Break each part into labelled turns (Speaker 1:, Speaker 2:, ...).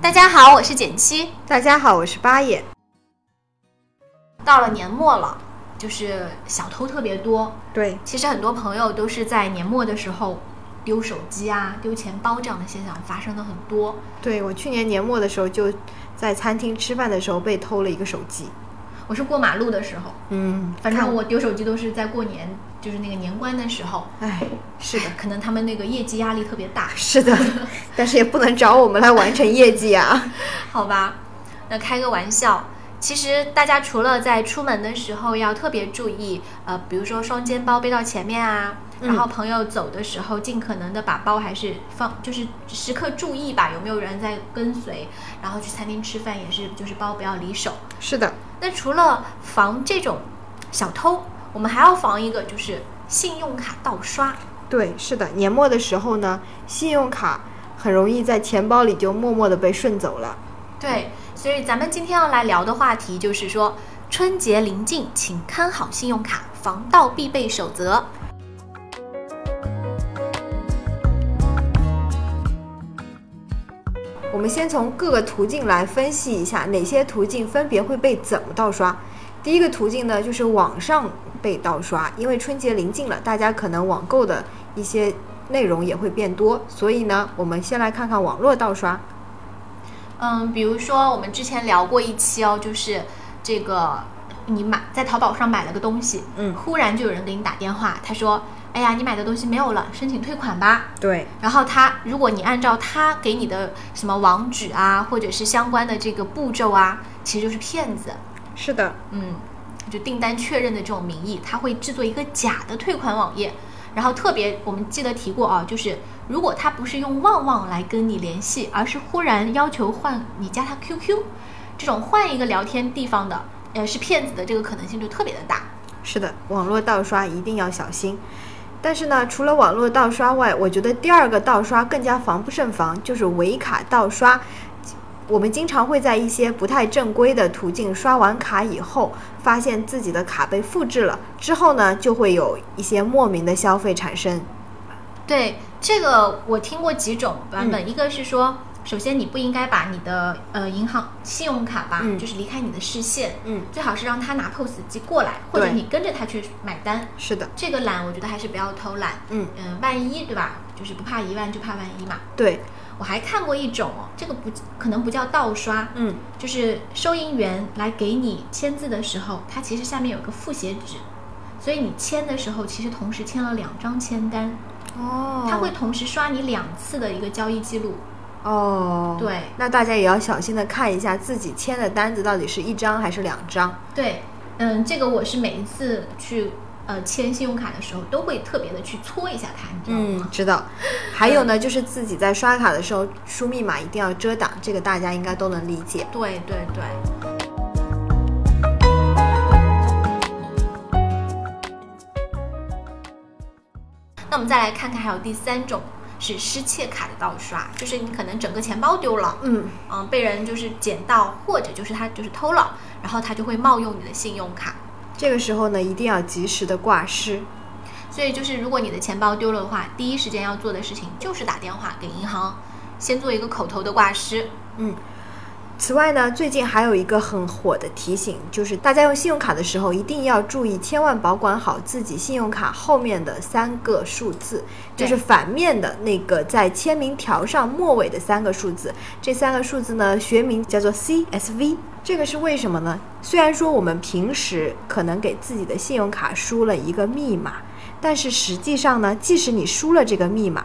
Speaker 1: 大家好，我是减七。
Speaker 2: 大家好，我是八也。
Speaker 1: 到了年末了，就是小偷特别多。
Speaker 2: 对，
Speaker 1: 其实很多朋友都是在年末的时候丢手机啊、丢钱包这样的现象发生的很多。
Speaker 2: 对我去年年末的时候就在餐厅吃饭的时候被偷了一个手机。
Speaker 1: 我是过马路的时候，
Speaker 2: 嗯，
Speaker 1: 反正
Speaker 2: 看
Speaker 1: 我丢手机都是在过年，就是那个年关的时候。
Speaker 2: 哎，是的，
Speaker 1: 可能他们那个业绩压力特别大，
Speaker 2: 是的，但是也不能找我们来完成业绩啊。
Speaker 1: 好吧？那开个玩笑，其实大家除了在出门的时候要特别注意，呃，比如说双肩包背到前面啊，
Speaker 2: 嗯
Speaker 1: 然后朋友走的时候尽可能的把包还是放，就是时刻注意吧，有没有人在跟随，然后去餐厅吃饭也是，就是包不要离手。
Speaker 2: 是的，
Speaker 1: 那除了防这种小偷，我们还要防一个就是信用卡盗刷。
Speaker 2: 对，是的，年末的时候呢，信用卡很容易在钱包里就默默的被顺走了。
Speaker 1: 对，所以咱们今天要来聊的话题就是说，春节临近，请看好信用卡，防盗必备守则。
Speaker 2: 我们先从各个途径来分析一下，哪些途径分别会被怎么盗刷。第一个途径呢，就是网上被盗刷，因为春节临近了，大家可能网购的一些内容也会变多，所以呢，我们先来看看网络盗刷。
Speaker 1: 嗯，比如说我们之前聊过一期哦，就是这个你买在淘宝上买了个东西，
Speaker 2: 嗯
Speaker 1: 忽然就有人给你打电话，他说：“哎呀，你买的东西没有了，申请退款吧。”
Speaker 2: 对，
Speaker 1: 然后他，如果你按照他给你的什么网址啊，或者是相关的这个步骤啊，其实就是骗子。
Speaker 2: 是的，
Speaker 1: 嗯，就订单确认的这种名义，他会制作一个假的退款网页。然后特别，我们记得提过啊，就是如果他不是用旺旺来跟你联系，而是忽然要求换你加他 QQ，这种换一个聊天地方的，呃，是骗子的这个可能性就特别的大。
Speaker 2: 是的，网络盗刷一定要小心。但是呢，除了网络盗刷外，我觉得第二个盗刷更加防不胜防，就是伪卡盗刷。我们经常会在一些不太正规的途径刷完卡以后，发现自己的卡被复制了，之后呢，就会有一些莫名的消费产生。
Speaker 1: 对这个，我听过几种版本，
Speaker 2: 嗯
Speaker 1: 一个是说，首先你不应该把你的呃银行信用卡吧，
Speaker 2: 嗯
Speaker 1: 就是离开你的视线，
Speaker 2: 嗯，
Speaker 1: 最好是让他拿 POS 机过来，或者
Speaker 2: 对
Speaker 1: 你跟着他去买单。
Speaker 2: 是的，
Speaker 1: 这个懒，我觉得还是不要偷懒。
Speaker 2: 嗯，
Speaker 1: 嗯，万一对吧？就是不怕一万，就怕万一嘛。
Speaker 2: 对，
Speaker 1: 我还看过一种哦，这个不可能不叫盗刷，
Speaker 2: 嗯，
Speaker 1: 就是收银员来给你签字的时候，它其实下面有个复写纸，所以你签的时候其实同时签了两张签单，
Speaker 2: 哦
Speaker 1: 它会同时刷你两次的一个交易记录。
Speaker 2: 哦，
Speaker 1: 对
Speaker 2: 那大家也要小心的看一下自己签的单子到底是一张还是两张。
Speaker 1: 对，嗯，这个我是每一次去呃签信用卡的时候都会特别的去搓一下它，你知道吗？
Speaker 2: 嗯，知道。还有呢，就是自己在刷卡的时候输密码一定要遮挡，这个大家应该都能理解。
Speaker 1: 对对对。那我们再来看看，还有第三种是失窃卡的盗刷，就是你可能整个钱包丢了，
Speaker 2: 嗯，
Speaker 1: 嗯、被人就是捡到，或者就是他就是偷了，然后他就会冒用你的信用卡。
Speaker 2: 这个时候呢，一定要及时的挂失。
Speaker 1: 所以就是，如果你的钱包丢了的话，第一时间要做的事情就是打电话给银行，先做一个口头的挂失。
Speaker 2: 嗯。此外呢，最近还有一个很火的提醒，就是大家用信用卡的时候一定要注意，千万保管好自己信用卡后面的三个数字，
Speaker 1: 对
Speaker 2: 就是反面的那个在签名条上末尾的三个数字。这三个数字呢，学名叫做 CSV。这个是为什么呢？虽然说我们平时可能给自己的信用卡输了一个密码，但是实际上呢，即使你输了这个密码，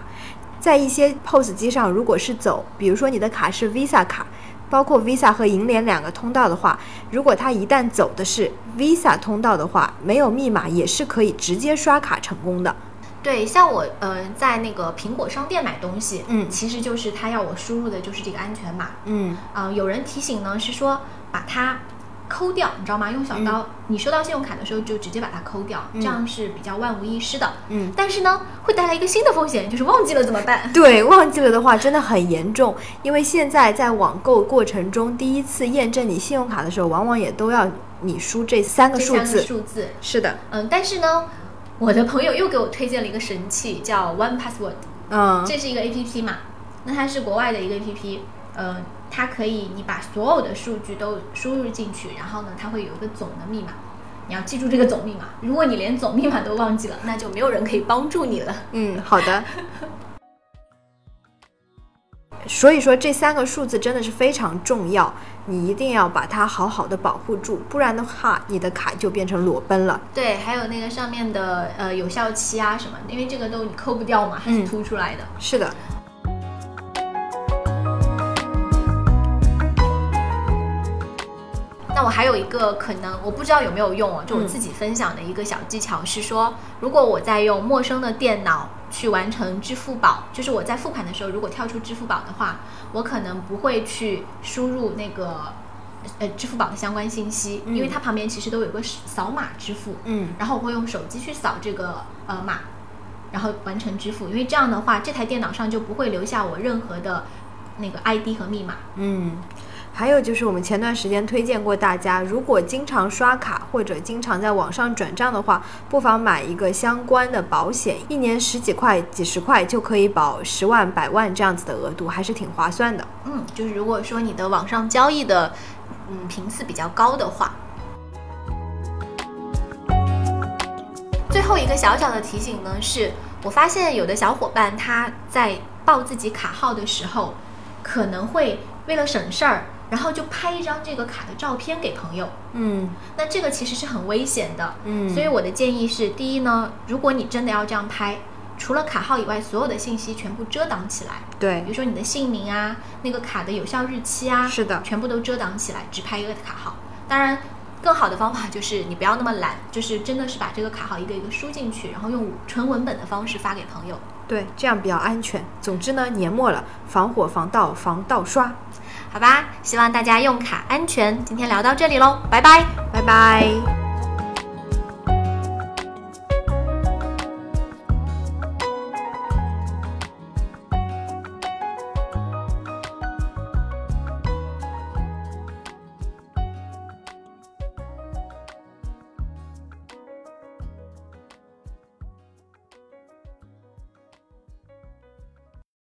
Speaker 2: 在一些 POS 机上，如果是走，比如说你的卡是 Visa 卡，包括 Visa 和银联两个通道的话，如果它一旦走的是 Visa 通道的话，没有密码也是可以直接刷卡成功的。
Speaker 1: 对，像我呃在那个苹果商店买东西，
Speaker 2: 嗯
Speaker 1: 其实就是他要我输入的就是这个安全码。
Speaker 2: 嗯
Speaker 1: 啊、有人提醒呢是说把它抠掉，你知道吗？用小刀，你收到信用卡的时候就直接把它抠掉，
Speaker 2: 嗯
Speaker 1: 这样是比较万无一失的。
Speaker 2: 嗯，
Speaker 1: 但是呢，会带来一个新的风险，就是忘记了怎么办？
Speaker 2: 对，忘记了的话真的很严重，因为现在在网购过程中，第一次验证你信用卡的时候，往往也都要你输 这三个
Speaker 1: 这
Speaker 2: 数
Speaker 1: 三个
Speaker 2: 字。
Speaker 1: 数字，
Speaker 2: 是的，
Speaker 1: 嗯，但是呢，我的朋友又给我推荐了一个神器，叫 One Password，
Speaker 2: 嗯
Speaker 1: 这是一个 A P P 嘛，那它是国外的一个 A P P，呃，它可以你把所有的数据都输入进去，然后呢，它会有一个总的密码，你要记住这个总密码。如果你连总密码都忘记了，那就没有人可以帮助你了。
Speaker 2: 嗯，好的。 所以说这三个数字真的是非常重要，你一定要把它好好的保护住，不然的话，你的卡就变成裸奔了。
Speaker 1: 对，还有那个上面的呃有效期啊什么，因为这个都你抠不掉嘛，它
Speaker 2: 嗯
Speaker 1: 是凸出来的。
Speaker 2: 是的，
Speaker 1: 那我还有一个可能，我不知道有没有用哦，就我
Speaker 2: 嗯
Speaker 1: 自己分享的一个小技巧是说，如果我在用陌生的电脑去完成支付宝，就是我在付款的时候，如果跳出支付宝的话，我可能不会去输入那个呃支付宝的相关信息，
Speaker 2: 嗯
Speaker 1: 因为它旁边其实都有个扫码支付，
Speaker 2: 嗯
Speaker 1: 然后我会用手机去扫这个呃码，然后完成支付，因为这样的话，这台电脑上就不会留下我任何的那个 ID 和密码。
Speaker 2: 嗯。还有就是我们前段时间推荐过大家，如果经常刷卡或者经常在网上转账的话，不妨买一个相关的保险，一年十几块、几十块就可以保十万、百万这样子的额度，还是挺划算的。
Speaker 1: 嗯，就是如果说你的网上交易的嗯频次比较高的话。最后一个小小的提醒呢，是我发现有的小伙伴他在报自己卡号的时候，可能会为了省事儿，然后就拍一张这个卡的照片给朋友，
Speaker 2: 嗯
Speaker 1: 那这个其实是很危险的。
Speaker 2: 嗯
Speaker 1: 所以我的建议是，第一呢，如果你真的要这样拍，除了卡号以外，所有的信息全部遮挡起来。
Speaker 2: 对
Speaker 1: 比如，说你的姓名啊，那个卡的有效日期啊，
Speaker 2: 是的
Speaker 1: 全部都遮挡起来，只拍一个卡号。当然，更好的方法就是你不要那么懒，就是真的是把这个卡号一个一个输进去，然后用纯文本的方式发给朋友。
Speaker 2: 对，这样比较安全。总之呢，年末了，防火、防盗、防盗刷。
Speaker 1: 好吧，希望大家用卡安全。今天聊到这里喽，拜拜。
Speaker 2: 拜拜。